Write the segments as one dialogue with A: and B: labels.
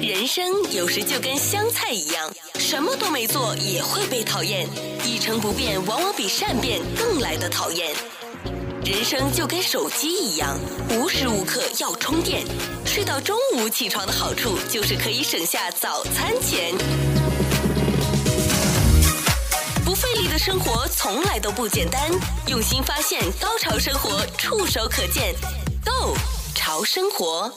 A: 人生有时就跟香菜一样，什么都没做也会被讨厌，一成不变往往比善变更来的讨厌。人生就跟手机一样，无时无刻要充电。睡到中午起床的好处就是可以省下早餐钱。不费力的生活从来都不简单，用心发现，高潮生活触手可见 Go 潮生活。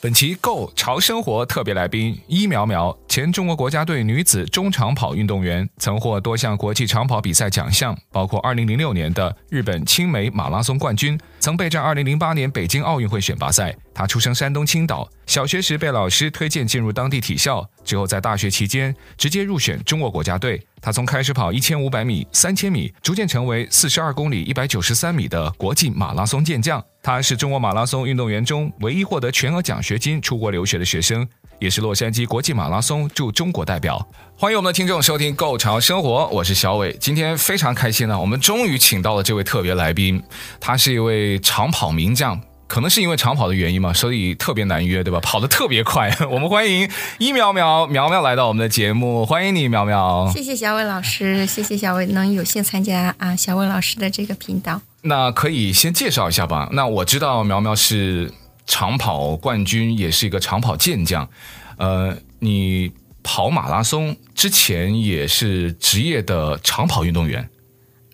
B: 本期《Go 潮生活》特别来宾一苗苗，前中国国家队女子中长跑运动员，曾获多项国际长跑比赛奖项，包括2006年的日本青梅马拉松冠军，曾备战2008年北京奥运会选拔赛。她出生山东青岛，小学时被老师推荐进入当地体校，之后在大学期间直接入选中国国家队。她从开始跑1500米、3000米，逐渐成为42公里、193米的国际马拉松健将。她是中国马拉松运动员中唯一获得全额奖学金出国留学的学生，也是洛杉矶国际马拉松驻中国代表。欢迎我们的听众收听《购潮生活》，我是小伟。今天非常开心啊呢，我们终于请到了这位特别来宾，他是一位长跑名将。可能是因为长跑的原因嘛，所以特别难约，对吧？跑得特别快。 我们欢迎一苗苗苗苗来到我们的节目，欢迎你苗苗。
C: 谢谢小伟老师，谢谢小伟能有幸参加啊小伟老师的这个频道。
B: 那可以先介绍一下吧。那我知道苗苗是长跑冠军，也是一个长跑健将。呃，你跑马拉松之前也是职业的长跑运动员。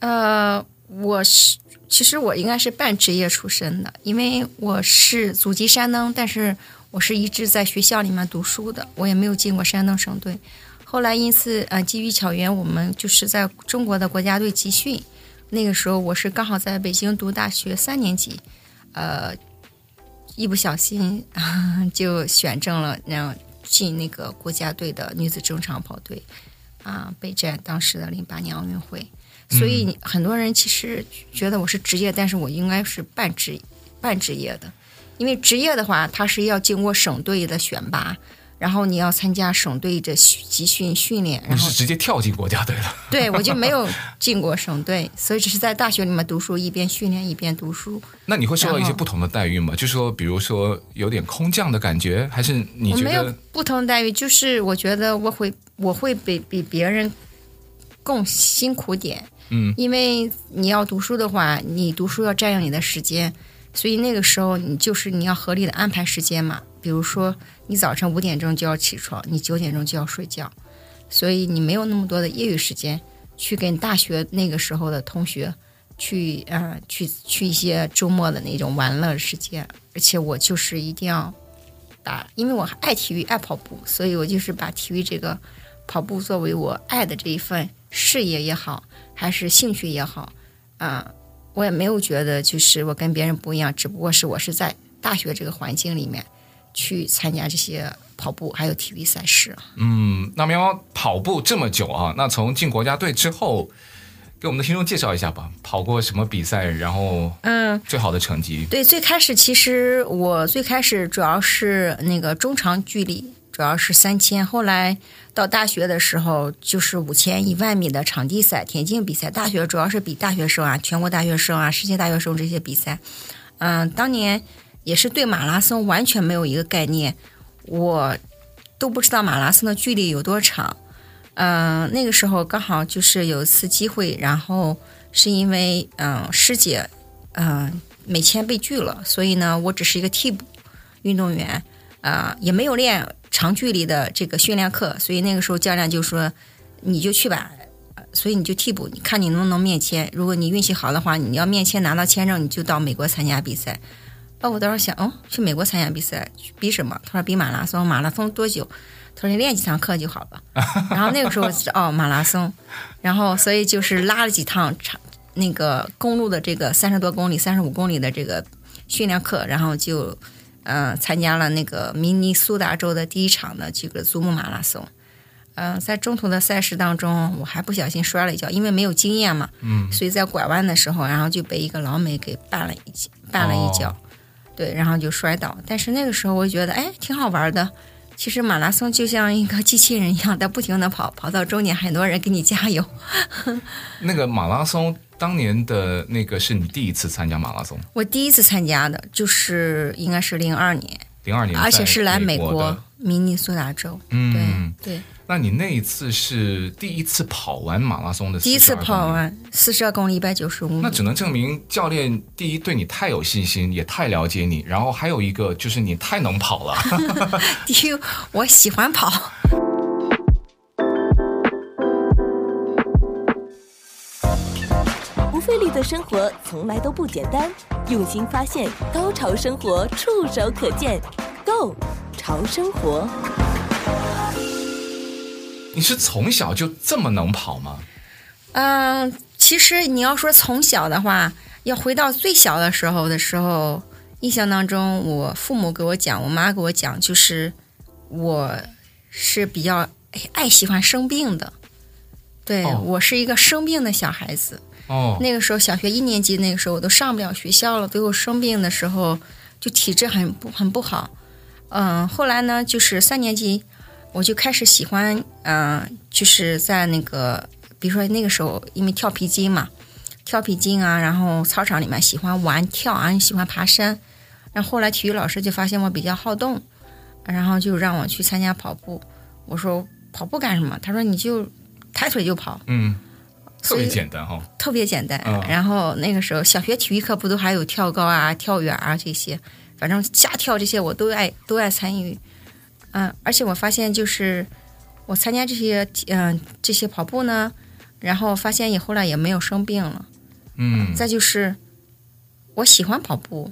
C: 呃，我是其实我应该是半职业出身的，因为我是祖籍山东，但是我是一直在学校里面读书的，我也没有进过山东省队。后来因此呃，基于巧缘，我们就是在中国的国家队集训。那个时候我是刚好在北京读大学三年级，呃，一不小心、 啊、就选中了，然后进那个国家队的女子中长跑队，啊，备战当时的零八年奥运会。所以很多人其实觉得我是职业，但是我应该是半职半职业的，因为职业的话，它是要经过省队的选拔，然后你要参加省队的集训训练，
B: 你
C: 然后
B: 是直接跳进国家队 了？
C: 对我就没有进过省队，所以只是在大学里面读书，一边训练一边读书。
B: 那你会受到一
C: 然
B: 些
C: 后
B: 不同的待遇吗？就说比如说有点空降的感觉，还是你
C: 我
B: 觉
C: 没有
B: 得
C: 不同的待遇，就是我觉得我会我会比比别人更辛苦点，
B: 嗯，
C: 因为你要读书的话，你读书要占用你的时间，所以那个时候你就是你要合理的安排时间嘛。比如说你早晨五点钟就要起床，你九点钟就要睡觉，所以你没有那么多的业余时间去跟大学那个时候的同学去呃去去一些周末的那种玩乐时间，而且我就是一定要打，因为我爱体育爱跑步，所以我就是把体育这个跑步作为我爱的这一份事业也好，还是兴趣也好，啊、我也没有觉得就是我跟别人不一样，只不过是我是在大学这个环境里面去参加这些跑步还有体育赛事。
B: 嗯？那苗苗跑步这么久啊，那从进国家队之后，给我们的听众介绍一下吧，跑过什么比赛，然后
C: 嗯，
B: 最好的成绩？
C: 对，最开始其实我最开始主要是那个中长距离，主要是三千。后来到大学的时候，就是五千、一万米的场地赛、田径比赛。大学主要是比大学生啊，全国大学生啊、世界大学生这些比赛。嗯，当年也是对马拉松完全没有一个概念，我都不知道马拉松的距离有多长。嗯、那个时候刚好就是有一次机会，然后是因为嗯、师姐嗯、美签被拒了，所以呢，我只是一个替补运动员，啊、也没有练长距离的这个训练课，所以那个时候教练就说，你就去吧，呃所以你就替补，你看你能不能面签。如果你运气好的话，你要面签拿到签证，你就到美国参加比赛。哦，我当时想，哦，去美国参加比赛，比什么？他说比马拉松，马拉松多久？他说你练几堂课就好了。然后那个时候我知道哦，马拉松，然后所以就是拉了几趟长那个公路的这个三十多公里、三十五公里的这个训练课，然后就呃参加了那个明尼苏达州的第一场的这个珠穆马拉松。嗯、在中途的赛事当中，我还不小心摔了一跤，因为没有经验嘛，嗯，所以在拐弯的时候，然后就被一个老美给绊了一绊了一跤，
B: 哦
C: 对，然后就摔倒。但是那个时候我就觉得，哎，挺好玩的。其实马拉松就像一个机器人一样，在不停的跑，跑到终点，很多人给你加油。
B: 那个马拉松当年的那个是你第一次参加马拉松，
C: 我第一次参加的就是应该是零二年，
B: 零二年，
C: 而且是来
B: 美
C: 美国
B: 的。
C: 明尼苏达州。
B: 嗯，
C: 对对，
B: 那你那一次是第一次跑完马拉松的，
C: 第一次跑，完四十二公里，一百九十五米
B: 那。只能证明教练第一对你太有信心，也太了解你，然后还有一个就是你太能跑了。
C: 第一，我喜欢跑。
A: 不费力的生活从来都不简单，用心发现，高潮生活触手可见 g o 潮生活。
B: 你是从小就这么能跑吗？
C: 嗯，其实你要说从小的话，要回到最小的时候的时候，印象当中，我父母给我讲，我妈给我讲，就是我是比较哎爱喜欢生病的，对、
B: 哦
C: 我是一个生病的小孩子。
B: 哦，
C: 那个时候小学一年级，那个时候我都上不了学校了，最后生病的时候就体质很不很不好。嗯，后来呢，就是三年级我就开始喜欢，嗯、就是在那个，比如说那个时候因为跳皮筋嘛，跳皮筋啊，然后操场里面喜欢玩跳啊，喜欢爬山。然后后来体育老师就发现我比较好动，然后就让我去参加跑步。我说跑步干什么？他说你就抬腿就跑。
B: 嗯，特
C: 所以
B: 别简单哈、哦。
C: 特别简单。
B: 嗯
C: 然后那个时候小学体育课不都还有跳高啊、跳远啊这些，反正瞎跳这些我都爱都爱参与。嗯，而且我发现就是呃我参加这些嗯、这些跑步呢，然后发现也后来也没有生病了。
B: 嗯，
C: 再就是我喜欢跑步，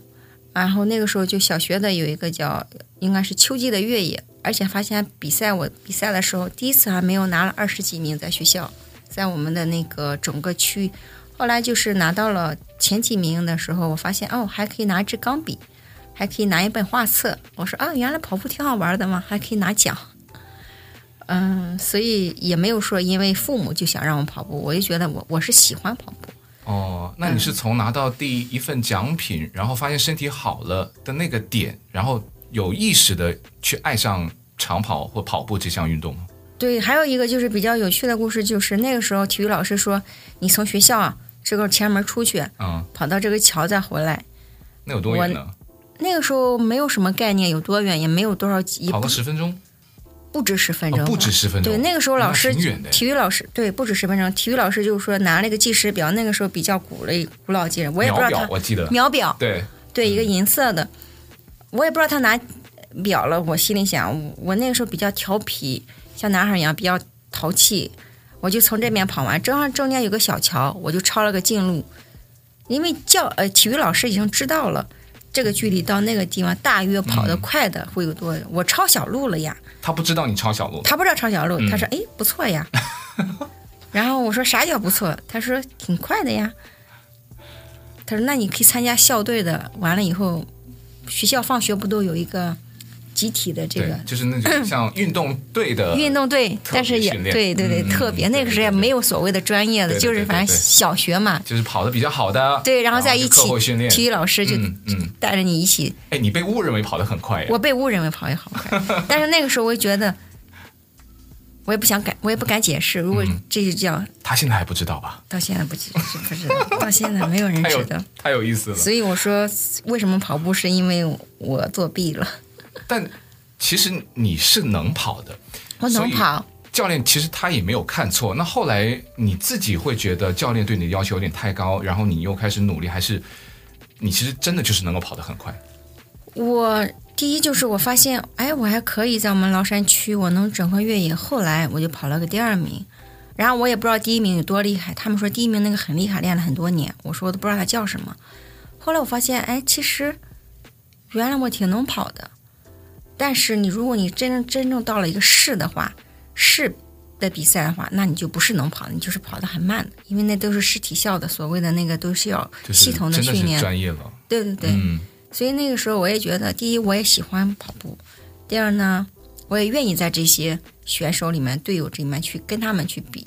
C: 然后那个时候就小学的有一个叫应该是秋季的越野，而且发现比赛我比赛的时候第一次还没有拿了二十几名在学校，在我们的那个整个区，后来就是拿到了前几名的时候，我发现哦还可以拿一支钢笔，还可以拿一本画册，我说啊原来跑步挺好玩的嘛，还可以拿奖。嗯，所以也没有说因为父母就想让我跑步，我就觉得我我是喜欢跑步。
B: 哦，那你是从拿到第一份奖品，然后发现身体好了的那个点，然后有意识的去爱上长跑或跑步这项运动吗？
C: 对，还有一个就是比较有趣的故事，就是那个时候体育老师说，你从学校啊这个前门出去，
B: 嗯，
C: 跑到这个桥再回来。
B: 那有多远呢？
C: 那个时候没有什么概念，有多远也没有多少级，
B: 跑
C: 不
B: 个十分钟，
C: 不止十分
B: 哦
C: 钟、
B: 不止。十分钟。
C: 对，那个时候老师
B: 那挺远的
C: 体育老师对不止十分钟，体育老师就是说拿了一个计时表，那个时候比较古了古老记人，我也不知道
B: 秒表
C: 他
B: 嗯我记得，
C: 秒表
B: 对，
C: 对，一个银色的，我也不知道他拿表了。我心里想，我我那个时候比较调皮，像男孩一样比较淘气，我就从这边跑完，正好中间有个小桥，我就抄了个近路，因为教呃体育老师已经知道了。这个距离到那个地方，大约跑
B: 嗯
C: 得快的会有多远？我抄小路了呀，
B: 他不知道你抄小路，
C: 他不知道抄小路，
B: 嗯
C: 他说：“哎，不错呀。” 然后我说：“啥叫不错？”他说：“挺快的呀。”他说：“那你可以参加校队的。完了以后，学校放学不都有一个集体的这个
B: 对，就是那种像运动队的
C: 运动队？
B: 特别
C: 但是也
B: 训练
C: 对对对，
B: 嗯
C: 特别
B: 嗯
C: 那个时候
B: 对
C: 也
B: 对对
C: 没有所谓的专业
B: 对对
C: 的，就是
B: 对
C: 反
B: 对
C: 正
B: 对
C: 小学嘛，
B: 就是跑得比较好的，
C: 对，然后在
B: 就
C: 一
B: 课
C: 起
B: 后训练。
C: 体育老师就
B: 嗯嗯，
C: 带着你一起
B: 哎，你被误认为跑得很快呀，
C: 我被误认为跑也好 快，但是那个时候我就觉得，我也不想改，我也不敢解释。如果
B: 嗯
C: 这就叫。
B: 他现在还不知道吧？
C: 到现在不知不知道，到现在没有人
B: 太有
C: 知道。
B: 太有意思了。
C: 所以我说，为什么跑步是因为我作弊了，
B: 但其实你是能跑的，
C: 我能跑。
B: 教练其实他也没有看错。那后来你自己会觉得教练对你的要求有点太高，然后你又开始努力，还是你其实真的就是能够跑得很快？
C: 我第一就是我发现，哎，我还可以在我们崂山区，我能整个越野。后来我就跑了个第二名，然后我也不知道第一名有多厉害，他们说第一名那个很厉害，练了很多年，我说我都不知道他叫什么。后来我发现，哎，其实原来我挺能跑的，但是你如果你真正真正到了一个市的话，市的比赛的话，那你就不是能跑，你就是跑得很慢的，因为那都是市体校的，所谓的那个都是要
B: 就是
C: 系统的
B: 真的
C: 训
B: 是
C: 练，
B: 专业了。
C: 对对对。
B: 嗯，
C: 所以那个时候我也觉得，第一我也喜欢跑步，第二呢，我也愿意在这些选手里面、队友这里面去跟他们去比。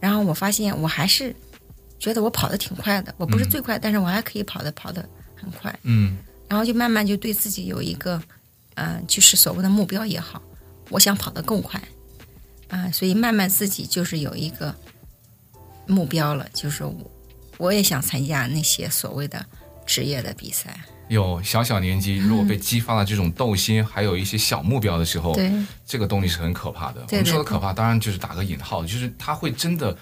C: 然后我发现我还是觉得我跑得挺快的，我不是
B: 嗯
C: 最快，但是我还可以跑得跑得很快。
B: 嗯，
C: 然后就慢慢就对自己有一个，嗯、就是所谓的目标也好，我想跑得更快，啊、所以慢慢自己就是有一个目标了，就是我我也想参加那些所谓的职业的比赛。
B: 有小小年纪，如果被激发了这种斗心，还有一些小目标的时候，
C: 对
B: 这个动力是很可怕的。我
C: 对
B: 们
C: 对
B: 说的
C: 对
B: 可怕，当然就是打个引号，就是他会真的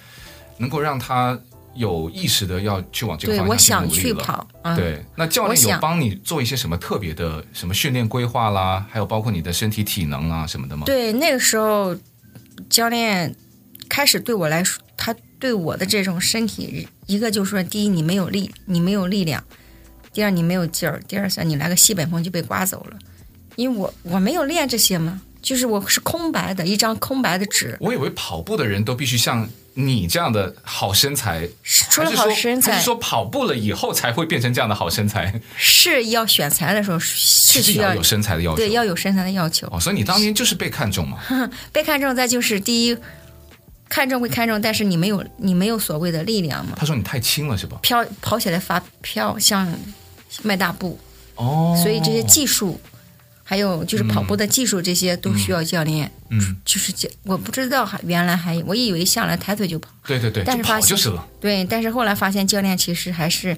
B: 能够让他有意识的要去往这个
C: 对，
B: 方向
C: 我想
B: 努力
C: 去
B: 了。
C: 跑，嗯，
B: 对，那教
C: 我
B: 练有
C: 想
B: 帮你做一些什么特别的什么训练规划啦，还有包括你的身体体能啦什么的吗？
C: 对，那个时候教练开始对我来说，他对我的这种身体，一个就是说，第一你没有力，你没有力量；第二你没有劲儿；第二像你来个西北风就被刮走了，因为我我没有练这些嘛，就是我是空白的一张空白的纸，
B: 我以为跑步的人都必须像你这样的好身材，
C: 除了
B: 还是说
C: 好身
B: 还
C: 材
B: 是说跑步了以后才会变成这样的好身材？
C: 是要选材的时候
B: 其
C: 是
B: 实
C: 需
B: 也要
C: 要
B: 有身材的要求。
C: 对要有身材的要求。
B: 哦，所以你当年就是被看中嘛？
C: 被看中，再就是第一看中归看中，但是你没有你没有所谓的力量嘛。
B: 他说你太轻了是吧？
C: 飘跑起来发飘，像迈大步，
B: 哦，
C: 所以这些技术，还有就是跑步的技术，这些都需要教练。
B: 嗯，
C: 就是教我不知道还原来还我以为下来抬腿就跑，
B: 对对对，
C: 但
B: 就是跑
C: 发现
B: 就是了。
C: 对，但是后来发现教练其实还是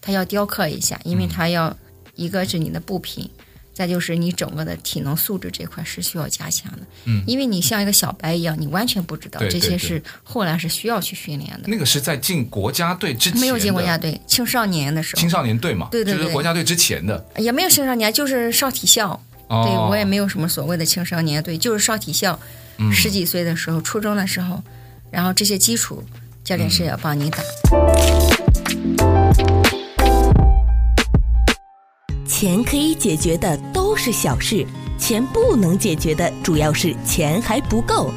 C: 他要雕刻一下，因
B: 嗯
C: 为他要一个是你的步频。再就是你整个的体能素质这块是需要加强的，
B: 嗯
C: 因为你像一个小白一样，你完全不知道
B: 对
C: 这
B: 对
C: 些
B: 对
C: 是后来是需要去训练的。
B: 那个是在进国家队之前，
C: 没有进国家。队，青少年的时候
B: 青少年队嘛，
C: 对对对
B: 就是国家队之前的。
C: 也没有青少年，就是上体校，
B: 哦、
C: 对我也没有什么所谓的青少年队，就是上体校，
B: 嗯
C: 十几岁的时候，初中的时候，然后这些基础教练
B: 嗯
C: 是要帮你打。
A: 钱可以解决的都是小事，钱不能解决的主要是钱还不够。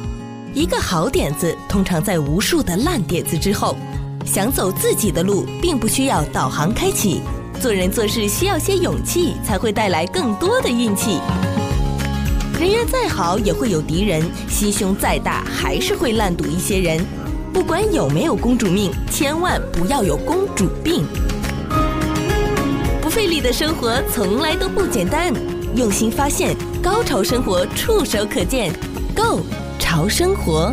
A: 一个好点子通常在无数的烂点子之后。想走自己的路，并不需要导航开启。做人做事需要些勇气，才会带来更多的运气。人缘再好也会有敌人，心胸再大还是会烂赌一些人。不管有没有公主命，千万不要有公主病。不费力的生活从来都不简单，用心发现，高潮生活触手可见 Go 潮生活。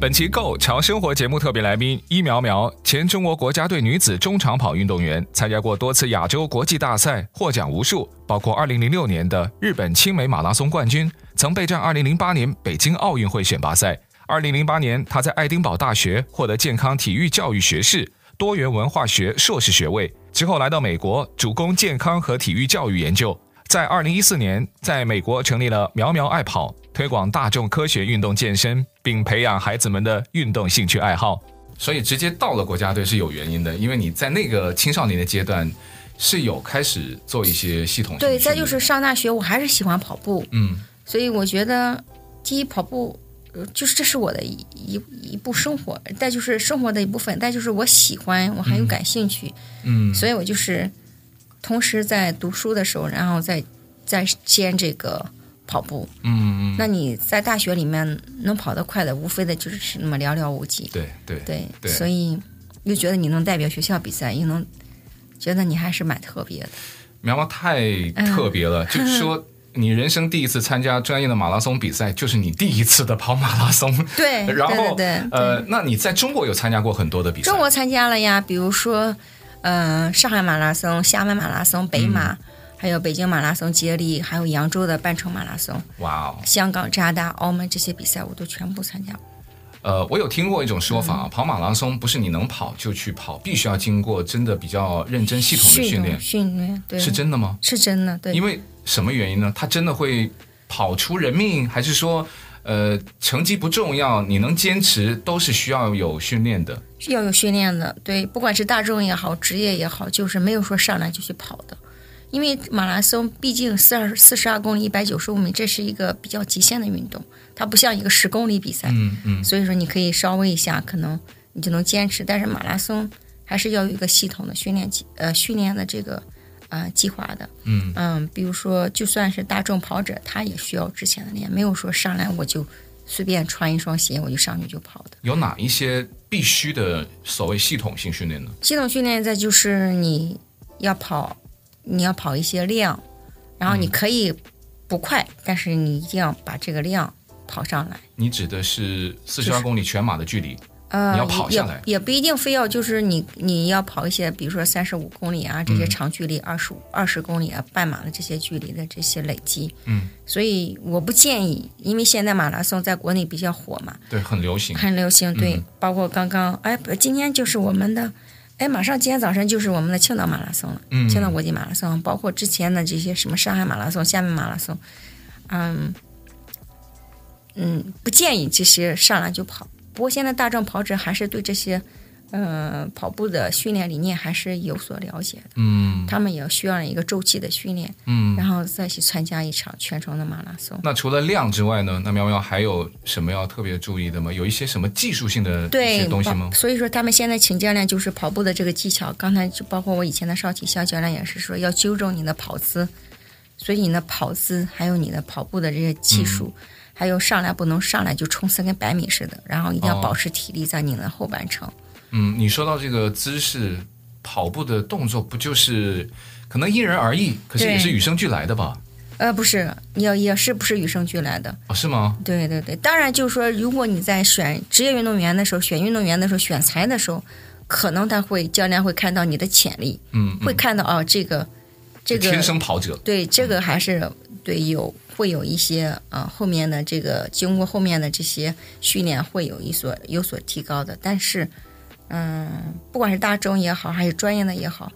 B: 本期《Go 潮生活》节目特别来宾一苗苗，前中国国家队女子中长跑运动员，参加过多次亚洲国际大赛，获奖无数，包括2006年的日本青梅马拉松冠军，曾备战2008年北京奥运会选拔赛。2008年，她在爱丁堡大学获得健康体育教育学士、多元文化学硕士学位，之后来到美国，主攻健康和体育教育研究。在二零一四年，在美国成立了“苗苗爱跑”，推广大众科学运动健身，并培养孩子们的运动兴趣爱好。所以直接到了国家队是有原因的，因为你在那个青少年的阶段是有开始做一些系统性的
C: 对，
B: 训
C: 再
B: 练
C: 就是上大学，我还是喜欢跑步，
B: 嗯，
C: 所以我觉得第一跑步。呃就是这是我的一一一部生活，再就是生活的一部分，再就是我喜欢，我还有感兴趣，
B: 嗯
C: 所以我就是同时在读书的时候，然后再再兼这个跑步，
B: 嗯嗯，
C: 那你在大学里面能跑得快的，无非的就是那么寥寥无几。
B: 对对
C: 对，
B: 对
C: 所以又觉得你能代表学校比赛，又能觉得你还是蛮特别的。
B: 苗苗太特别
C: 嗯
B: 了，就是说。你人生第一次参加专业的马拉松比赛，就是你第一次的跑马拉松。
C: 对
B: 然后
C: 对对对
B: 呃，那你在中国有参加过很多的比赛？
C: 中国参加了呀，比如说，呃，上海马拉松、厦门马拉松、北马，
B: 嗯
C: 还有北京马拉松接力，还有扬州的半程马拉松、
B: 哇哦，
C: 香港、扎达、澳门这些比赛，我都全部参加过。
B: 呃，我有听过一种说法
C: 嗯
B: 啊，跑马拉松不是你能跑就去跑，必须要经过真的比较认真系统的训练，
C: 训练对
B: 是真的吗？
C: 是真的，对，
B: 因为什么原因呢？它真的会跑出人命，还是说，呃，成绩不重要，你能坚持都是需要有训练的？
C: 是要有训练的，对，不管是大众也好，职业也好，就是没有说上来就去跑的，因为马拉松毕竟四二四十二公里一百九十五米，这是一个比较极限的运动，它不像一个十公里比赛，
B: 嗯嗯，
C: 所以说你可以稍微一下，可能你就能坚持，但是马拉松还是要有一个系统的训练计呃训练的这个呃计划的，
B: 嗯
C: 比如说就算是大众跑者，他也需要之前的练，没有说上来我就随便穿一双鞋我就上去就跑的。
B: 有哪一些必须的所谓系统性训练呢？
C: 系统训练再就是你要跑，你要跑一些量，然后
B: 嗯
C: 你可以不快，但是你一定要把这个量跑上来。
B: 你指的是四
C: 就
B: 十二
C: 是
B: 公里全马的距离？
C: 呃，
B: 你要跑下来
C: 也也不一定非要就是你你要跑一些，比如说三十五公里啊这些
B: 嗯
C: 长距离，二十五二十公里啊半马的这些距离的这些累积，
B: 嗯，
C: 所以我不建议，因为现在马拉松在国内比较火嘛，
B: 对，很流行。
C: 很流行，对，
B: 嗯
C: 包括刚刚哎，不今天就是我们的，哎，马上今天早晨就是我们的青岛马拉松了，
B: 嗯
C: 青岛国际马拉松，包括之前的这些什么上海马拉松、厦门马拉松，嗯嗯，不建议这些上来就跑。不过现在大众跑者还是对这些，呃，跑步的训练理念还是有所了解的，
B: 嗯
C: 他们也需要一个周期的训练，
B: 嗯。
C: 然后再去参加一场全程的马拉松。
B: 那除了量之外呢？那苗苗还有什么要特别注意的吗？有一些什么技术性的一
C: 对
B: 些，东西吗
C: 包？所以说他们现在请教练就是跑步的这个技巧。刚才就包括我以前的邵体肖教练也是说要纠正你的跑姿，所以你的跑姿还有你的跑步的这些技术，
B: 嗯
C: 还有上来不能上来就冲刺跟百米似的，然后一定
B: 哦
C: 要保持体力在你的后半程。
B: 嗯，你说到这个姿势，跑步的动作不就是可能因人而异，可是也
C: 对
B: 是与生俱来的吧？
C: 呃，不是，要也是不是与生俱来的？
B: 哦，是吗？
C: 对对对，当然就是说，如果你在选职业运动员的时候，选运动员的时候，选材的时候，可能他会教练会看到你的潜力，
B: 嗯，嗯
C: 会看到哦，这个这个
B: 天生跑者，
C: 对，这个还是对有会有一些呃后面的这个经过后面的这些训练会有一所有所提高的，但是嗯，不管是大众也好，还是专业的也好，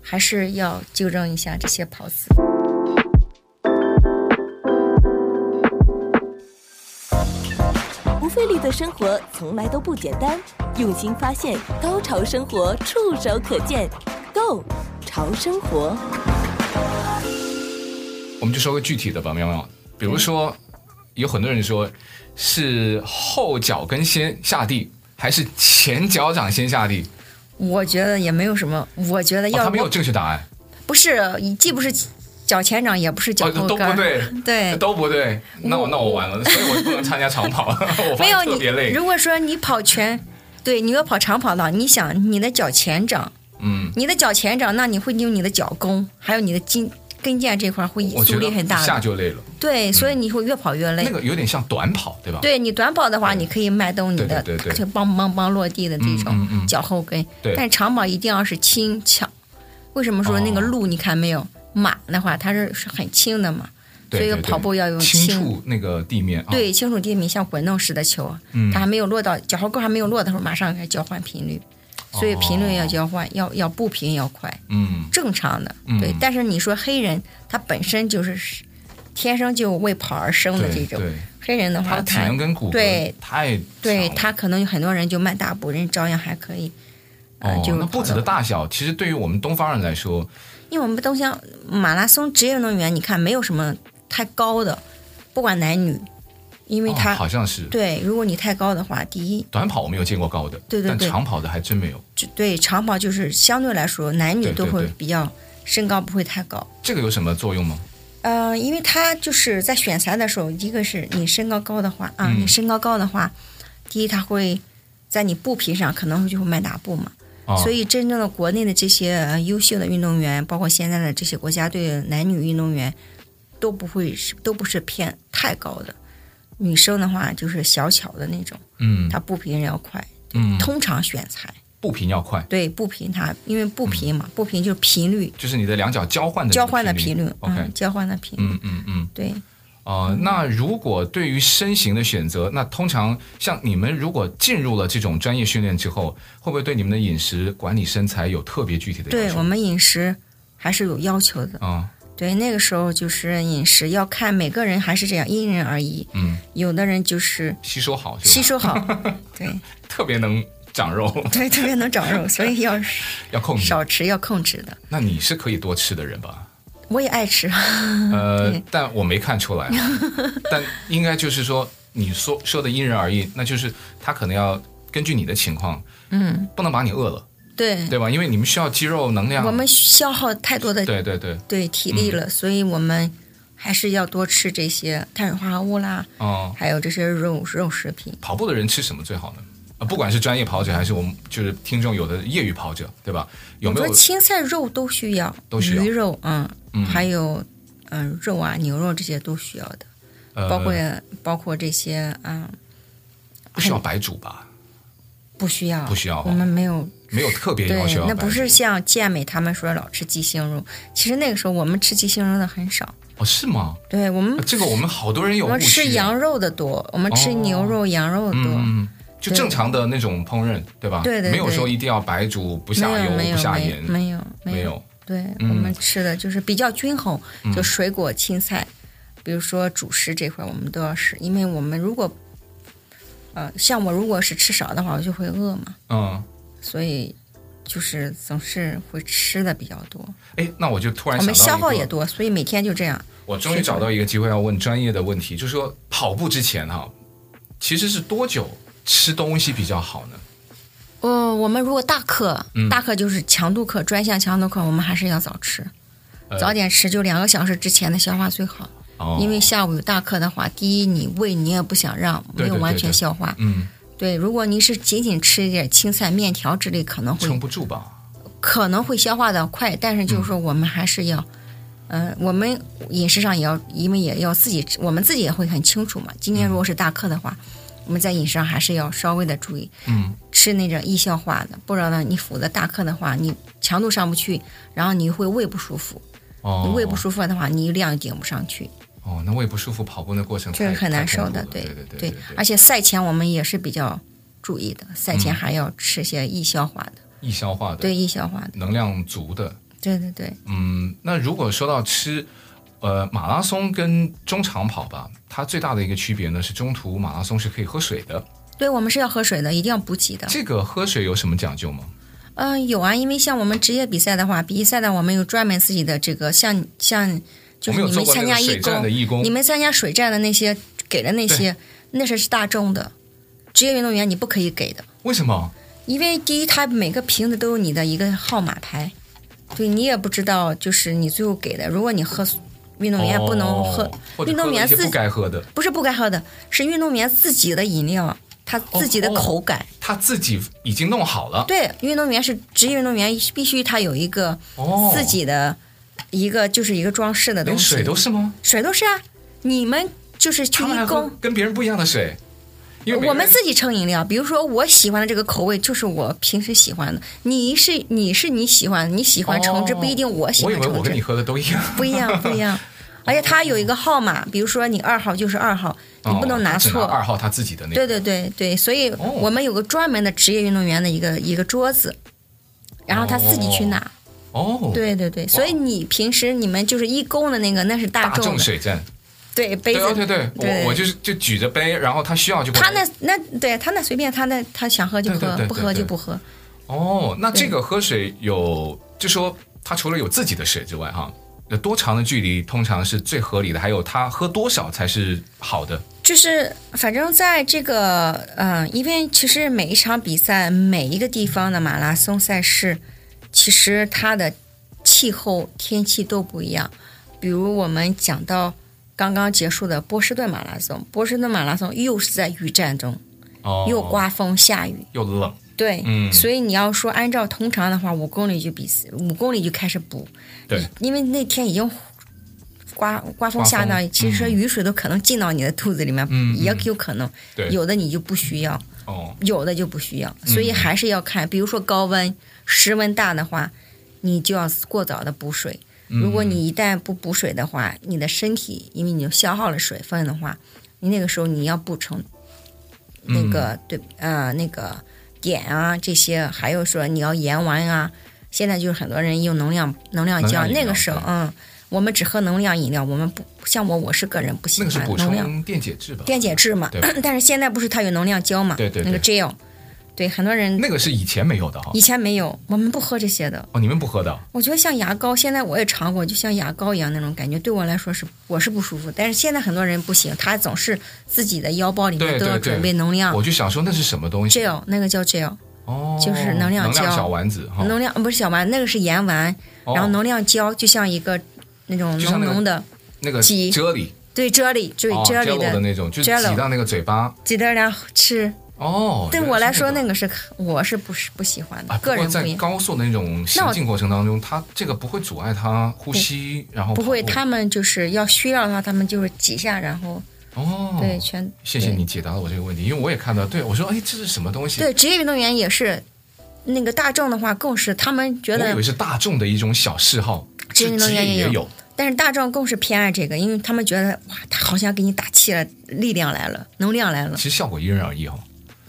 C: 还是要纠正一下这些跑姿。
A: 不费力的生活从来都不简单，用心发现，高潮生活触手可见 g o 潮生活。
B: 我们就说个具体的吧，苗苗。比如说，有很多人说是后脚跟先下地，还是前脚掌先下地？
C: 我觉得也没有什么，我觉得
B: 哦，
C: 要
B: 他
C: 我、
B: 没有正确答案，
C: 不是，既不是脚前掌，也不是脚
B: 哦，
C: 后
B: 都
C: 跟哎
B: 不
C: 儿，
B: 对，
C: 对，
B: 都不对。那我那我完了，所以我不能参加长 跑，我发
C: 没
B: 现
C: 有
B: 特别
C: 你，
B: 累。
C: 如果说你跑全，对，你要跑长跑道，你想你的脚前掌，
B: 嗯，
C: 你的脚前掌，那你会用你的脚弓，还有你的筋跟腱这块儿会
B: 我
C: 阻
B: 觉
C: 力
B: 得
C: 很
B: 一
C: 大
B: 下
C: 的，
B: 就累了。
C: 对，所以你会越跑越累。
B: 那个有点像短跑，对吧？
C: 对你短跑的话，你可以迈动你的，
B: 对对对对
C: 就梆梆梆落地的这
B: 嗯
C: 种
B: 嗯嗯
C: 脚后跟，
B: 对
C: 但长跑一定要是轻巧。为什么说那个
B: 哦
C: 路你看没有？马的话它是是很轻的嘛，
B: 对，对
C: 所以跑步要用
B: 轻
C: 轻
B: 触那个地面。啊，
C: 对，轻触地面像滚动式的球，啊
B: 嗯
C: 它还没有落到脚后跟还没有落的时候，马上该交换频率，所以频率要交换，要要步频要快，
B: 嗯
C: 正常的
B: 嗯，
C: 对。但是你说黑人，他本身就是天生就为跑而生的这
B: 对
C: 种
B: 对，
C: 黑人的
B: 他
C: 话，
B: 的体
C: 他
B: 能跟骨骼
C: 对
B: 太
C: 对
B: 强了
C: 他可能有很多人就迈大步，人家照样还可以，啊、
B: 哦，
C: 就
B: 那
C: 跑
B: 步子的
C: 得
B: 大小，其实对于我们东方人来说，
C: 因为我们东乡马拉松职业运动员，你看没有什么太高的，不管男女，因为
B: 哦
C: 他、
B: 好像是
C: 对，如果你太高的话，第一
B: 短跑我没有见过高的，
C: 对对
B: 但
C: 对
B: 长跑的还真没有。
C: 就对长跑就是相对来说，男女
B: 对对
C: 都会
B: 对
C: 比较身高不会太高。
B: 这个有什么作用吗？
C: 呃，因为他就是在选材的时候，一个是你身高高的话啊，
B: 嗯
C: 你身高高的话，第一他会在你步频上可能就会迈大步嘛。
B: 啊，
C: 所以真正的国内的这些呃优秀的运动员，包括现在的这些国家队的男女运动员，都不会是都不是偏太高的。女生的话就是小巧的那种，
B: 嗯
C: 她步频要快，
B: 嗯，
C: 通常选材。
B: 步频要快，
C: 对步频它，因为步频嘛，步频就是频率，
B: 就是你的两脚交换的
C: 交换的
B: 嗯频
C: 频率，
B: OK
C: 嗯，。交换的频率，
B: 嗯嗯嗯，
C: 对，
B: 啊、那如果对于身形的选择，那通常像你们如果进入了这种专业训练之后，会不会对你们的饮食管理、身材有特别具体的要
C: 对
B: 求？
C: 我们饮食还是有要求的。
B: 啊，
C: 对，那个时候就是饮食要看每个人还是这样，因人而异。
B: 嗯，
C: 有的人就是
B: 吸收好是
C: 吸
B: 吧？
C: 收 好，对
B: 特别能长肉，
C: 对，特别能长肉，所以要
B: 要控制。
C: 少吃，要控制的。
B: 那你是可以多吃的人吧？
C: 我也爱吃，
B: 呃
C: 嗯对，
B: 但我没看出来，啊 但应该就是说，你说说的因人而异，那就是他可能要根据你的情况，
C: 嗯，
B: 不能把你饿了，
C: 对，
B: 对吧？因为你们需要肌肉能量，
C: 我们消耗太多的
B: 对对对，
C: 对嗯体力了，所以我们还是要多吃这些碳水化合物啦，
B: 哦、
C: 还有这些肉肉食品。
B: 跑步的人吃什么最好呢？啊，不管是专业跑者还是我们就是听众有的业余跑者，对吧？有
C: 我
B: 没
C: 觉
B: 有
C: 得青菜肉都需要，
B: 都需要
C: 鱼肉，嗯，
B: 嗯
C: 还有嗯肉啊、牛肉这些都需要的，
B: 呃
C: 包括、包括这些啊、嗯
B: 不需要白煮吧？
C: 不需要，
B: 不需要
C: 我们没有
B: 没有特别要求
C: 对
B: 要，
C: 那不
B: 白
C: 是
B: 肉
C: 像健美他们说老吃鸡胸肉，其实那个时候我们吃鸡胸肉的很少，
B: 哦，是吗？
C: 对我们
B: 啊这个我们好多人有
C: 我
B: 误
C: 们
B: 区
C: 吃，羊肉的多，我们吃
B: 哦
C: 牛肉、羊肉的多，
B: 嗯，嗯就
C: 对
B: 正常的那种烹饪，对吧？
C: 对对对
B: 没有说一定要白煮不
C: 没
B: 下
C: 有
B: 油
C: 没有
B: 不下
C: 没有
B: 盐，
C: 没有
B: 没
C: 没有，
B: 有
C: 对、
B: 嗯
C: 我们吃的就是比较均衡，就水果、青菜，比如说主食这块我们都要吃，因为我们如果呃像我如果是吃少的话，我就会饿嘛，
B: 嗯。
C: 所以就是总是会吃的比较多，
B: 哎，那我就突然
C: 我
B: 想
C: 们
B: 到
C: 消耗
B: 一个
C: 也多，所以每天就这样。
B: 我终于找到一个机会要问专业的问题，就是说跑步之前哈、其实是多久吃东西比较好呢？
C: 哦，我们如果大课，
B: 嗯
C: 大课就是强度课，专项强度课，我们还是要早吃，
B: 呃
C: 早点吃，就两个小时之前的消化最好。
B: 哦
C: 因为下午有大课的话，第一你胃你也不想让
B: 对
C: 没有
B: 对
C: 完
B: 对
C: 全
B: 对
C: 消化，
B: 嗯
C: 对如果您是仅仅吃一点青菜、面条之类，可能
B: 撑
C: 会
B: 不住吧？
C: 可能会消化的快，但是就是说
B: 嗯
C: 我们还是要。呃，我们饮食上也要，因为也要自己，我们自己也会很清楚嘛。今
B: 嗯
C: 天如果是大课的话，我们在饮食上还是要稍微的注意。
B: 嗯，
C: 吃那种易消化的，不然呢，你否则大课的话，你强度上不去，然后你会胃不舒服。
B: 哦
C: 你，胃不舒服的话，你量顶不上去，
B: 哦，那胃不舒服，跑步那过程
C: 这
B: 太
C: 是很难
B: 太痛
C: 受的。
B: 苦了对
C: 对
B: 对嗯
C: 而且赛前我们也是比较注意的，赛前还要吃些易消化的，
B: 易消化的，
C: 对易消化的，
B: 能量足的。
C: 对对对。
B: 嗯，那如果说到吃，呃，马拉松跟中长跑吧，它最大的一个区别呢是中途马拉松是可以喝水的，
C: 对，我们是要喝水的，一定要补给的。
B: 这个喝水有什么讲究吗？
C: 嗯、有啊，因为像我们职业比赛的话，比赛的我们有专门自己的这个，像像就
B: 我们
C: 是
B: 有
C: 你
B: 做
C: 们
B: 过那
C: 参
B: 个
C: 加
B: 水
C: 义
B: 站
C: 工
B: 的，义工
C: 你，们参加水战的那些给的那些，那是是大众的，职业运动员你不可以给的，
B: 为什么？
C: 因为第一，它每个瓶子都有你的一个号码牌，对你也不知道就是你最后给的，如果你喝运动员不能喝，
B: 哦或者
C: 运动
B: 喝了
C: 员
B: 一些
C: 自
B: 不
C: 己
B: 该喝的，
C: 不是不该喝的，是运动员自己的饮料，他自己的
B: 哦
C: 口感。
B: 他自己已经弄好了，
C: 对，运动员是职业运动员，必须他有一个
B: 哦，
C: 自己的、一个就是一个装饰的东
B: 连
C: 西，
B: 水都是吗？
C: 水都是啊。你们就是去
B: 他们
C: 义
B: 还喝
C: 工，
B: 跟别人不一样的水，因为每个
C: 我们
B: 人
C: 自己称饮料。比如说我喜欢的这个口味就是我平时喜欢的，你是你是你喜欢，你喜欢橙汁、
B: 哦
C: 不一定我喜
B: 我以
C: 欢
B: 为
C: 橙
B: 我跟你
C: 汁，
B: 喝的都一样，
C: 不一样不一样。而且它有一个号码，比如说你二号就是二号， 你不能
B: 哦他只
C: 错。
B: 二号他自己的那
C: 对
B: 个，
C: 对对对，所以
B: 哦
C: 我们有个专门的职业运动员的一个一个桌子，然后他自己去拿。
B: 哦，
C: 对对对，所以你平时你们就是义工的那个，那是大
B: 大
C: 众
B: 众
C: 的，
B: 水站，
C: 对杯
B: 对
C: 子，
B: 哦对对，
C: 对
B: 我我就是就举着杯，然后他需要就过来
C: 他那那对他那随便，他那他想喝就喝，
B: 对对对对
C: 不喝就不喝。
B: 哦，那
C: 对
B: 这个喝水有，就说他除了有自己的水之外，哈。那多长的距离通常是最合理的？还有他喝多少才是好的？
C: 就是反正在这个呃，因为其实每一场比赛，每一个地方的马拉松赛事，其实它的气候天气都不一样。比如我们讲到刚刚结束的波士顿马拉松，波士顿马拉松又是在雨战中，
B: 哦，
C: 又刮风下雨，
B: 又冷，
C: 对，
B: 嗯
C: 所以你要说按照通常的话，五公里就比四五公里就开始补，
B: 对，
C: 因为那天已经刮刮风下到
B: 刮，风
C: 其实
B: 嗯
C: 雨水都可能进到你的肚子里面，
B: 嗯
C: 也有可能，
B: 对嗯
C: 有的你就不需要，
B: 哦，
C: 有的就不需要，所以还是要看，比如说高温、湿温大的话，你就要过早的补水。
B: 嗯
C: 如果你一旦不补水的话，你的身体因为你就消耗了水分的话，你那个时候你要补充那个、
B: 嗯
C: 对呃那个碘啊这些，还有说你要盐丸啊。现在就是很多人用能量能量
B: 能
C: 胶，
B: 量饮料
C: 那个时候
B: 对
C: 嗯，我们只喝能量饮料，我们不像我，我是个人不喜
B: 那
C: 欢
B: 个是补
C: 能量
B: 充电解质吧？
C: 电解质嘛
B: 对。
C: 但是现在不是它有能量胶嘛？
B: 对对对
C: 那个 gel，对很多人
B: 那个是以前没有的哈。
C: 以前没有，我们不喝这些的。
B: 哦，你们不喝的？
C: 我觉得像牙膏，现在我也尝过，就像牙膏一样那种感觉，对我来说是我是不舒服。但是现在很多人不行，他总是自己的腰包里
B: 对
C: 面都
B: 对
C: 要
B: 对
C: 准备能量
B: 我就想说那是什么东西？
C: gel，那个叫 gel，
B: 哦，
C: 就是能量胶
B: 小丸子哈。
C: 能量不是小丸，那个是盐丸，
B: 哦
C: 然后能量胶就像一个那种
B: 就像
C: 浓
B: 那个
C: 浓的。
B: 那个
C: 挤
B: 啫喱，
C: 对，jelly，对
B: 哦
C: jelly
B: ，jello 的
C: 的，
B: 那种，就是
C: Jello
B: 挤到那个嘴巴。
C: 挤得俩吃。
B: 哦，
C: 对
B: 原来
C: 我来
B: 是
C: 说，那
B: 个
C: 个是我是不是不喜欢的
B: 啊，，
C: 个
B: 不过
C: 人不一
B: 在
C: 样。
B: 高速的那种行进过程当中，它这个不会阻碍它呼吸，然后
C: 不会，
B: 跑步
C: 他们就是要需要的话，他们就是挤一下，然后
B: 哦，
C: 对，全
B: 谢谢你解答了我这个问题，因为我也看到，对我说，哎，这是什么东西？
C: 对职业运动员也是，那个大众的话更是他们觉
B: 我以
C: 得
B: 为是大众的一种小嗜好，
C: 职业运动
B: 是
C: 员
B: 职业
C: 也
B: 也
C: 有
B: 有。
C: 但是大众更是偏爱这个，因为他们觉得哇，他好像给你打气了，力量来了，能量来了
B: 其，实效果因人而异哦。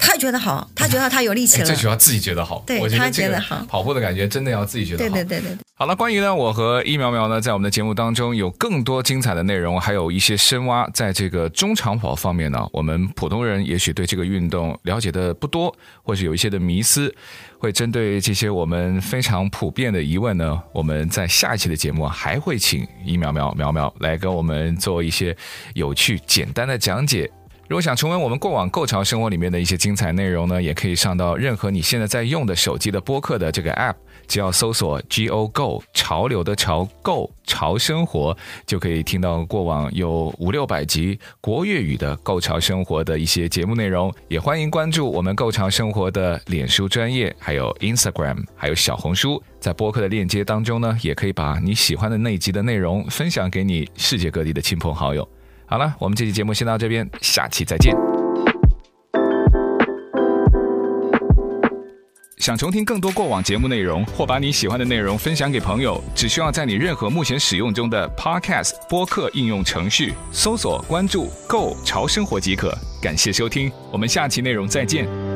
C: 他觉得好，他觉得他有力气
B: 哎
C: 了
B: 最。主要自己觉得好，
C: 对
B: 我觉
C: 他
B: 得这
C: 觉
B: 个
C: 得好
B: 跑步的感觉真的要自己觉得
C: 对
B: 好。
C: 对对对对，
B: 好了，关于呢，我和一苗苗呢，在我们的节目当中有更多精彩的内容，还有一些深挖。在这个中长跑方面呢，我们普通人也许对这个运动了解的不多，或是有一些的迷思，会针对这些我们非常普遍的疑问呢，我们在下一期的节目啊还会请一苗苗苗苗来跟我们做一些有趣简单的讲解。如果想重温我们过往《购潮生活》里面的一些精彩内容呢，也可以上到任何你现在在用的手机的播客的这个 App，只要搜索 G O Go 潮流的潮 Go 潮生活，就可以听到过往有五六百集国粤语的《购潮生活》的一些节目内容。也欢迎关注我们《购潮生活》的脸书专业，还有 Instagram，还有小红书。在播客的链接当中呢，也可以把你喜欢的那一集的内容分享给你世界各地的亲朋好友。好了，我们这期节目先到这边，下期再见。想重听更多过往节目内容，或把你喜欢的内容分享给朋友，只需要在你任何目前使用中的 Podcast 播客应用程序搜索关注“购潮生活”即可。感谢收听，我们下期内容再见。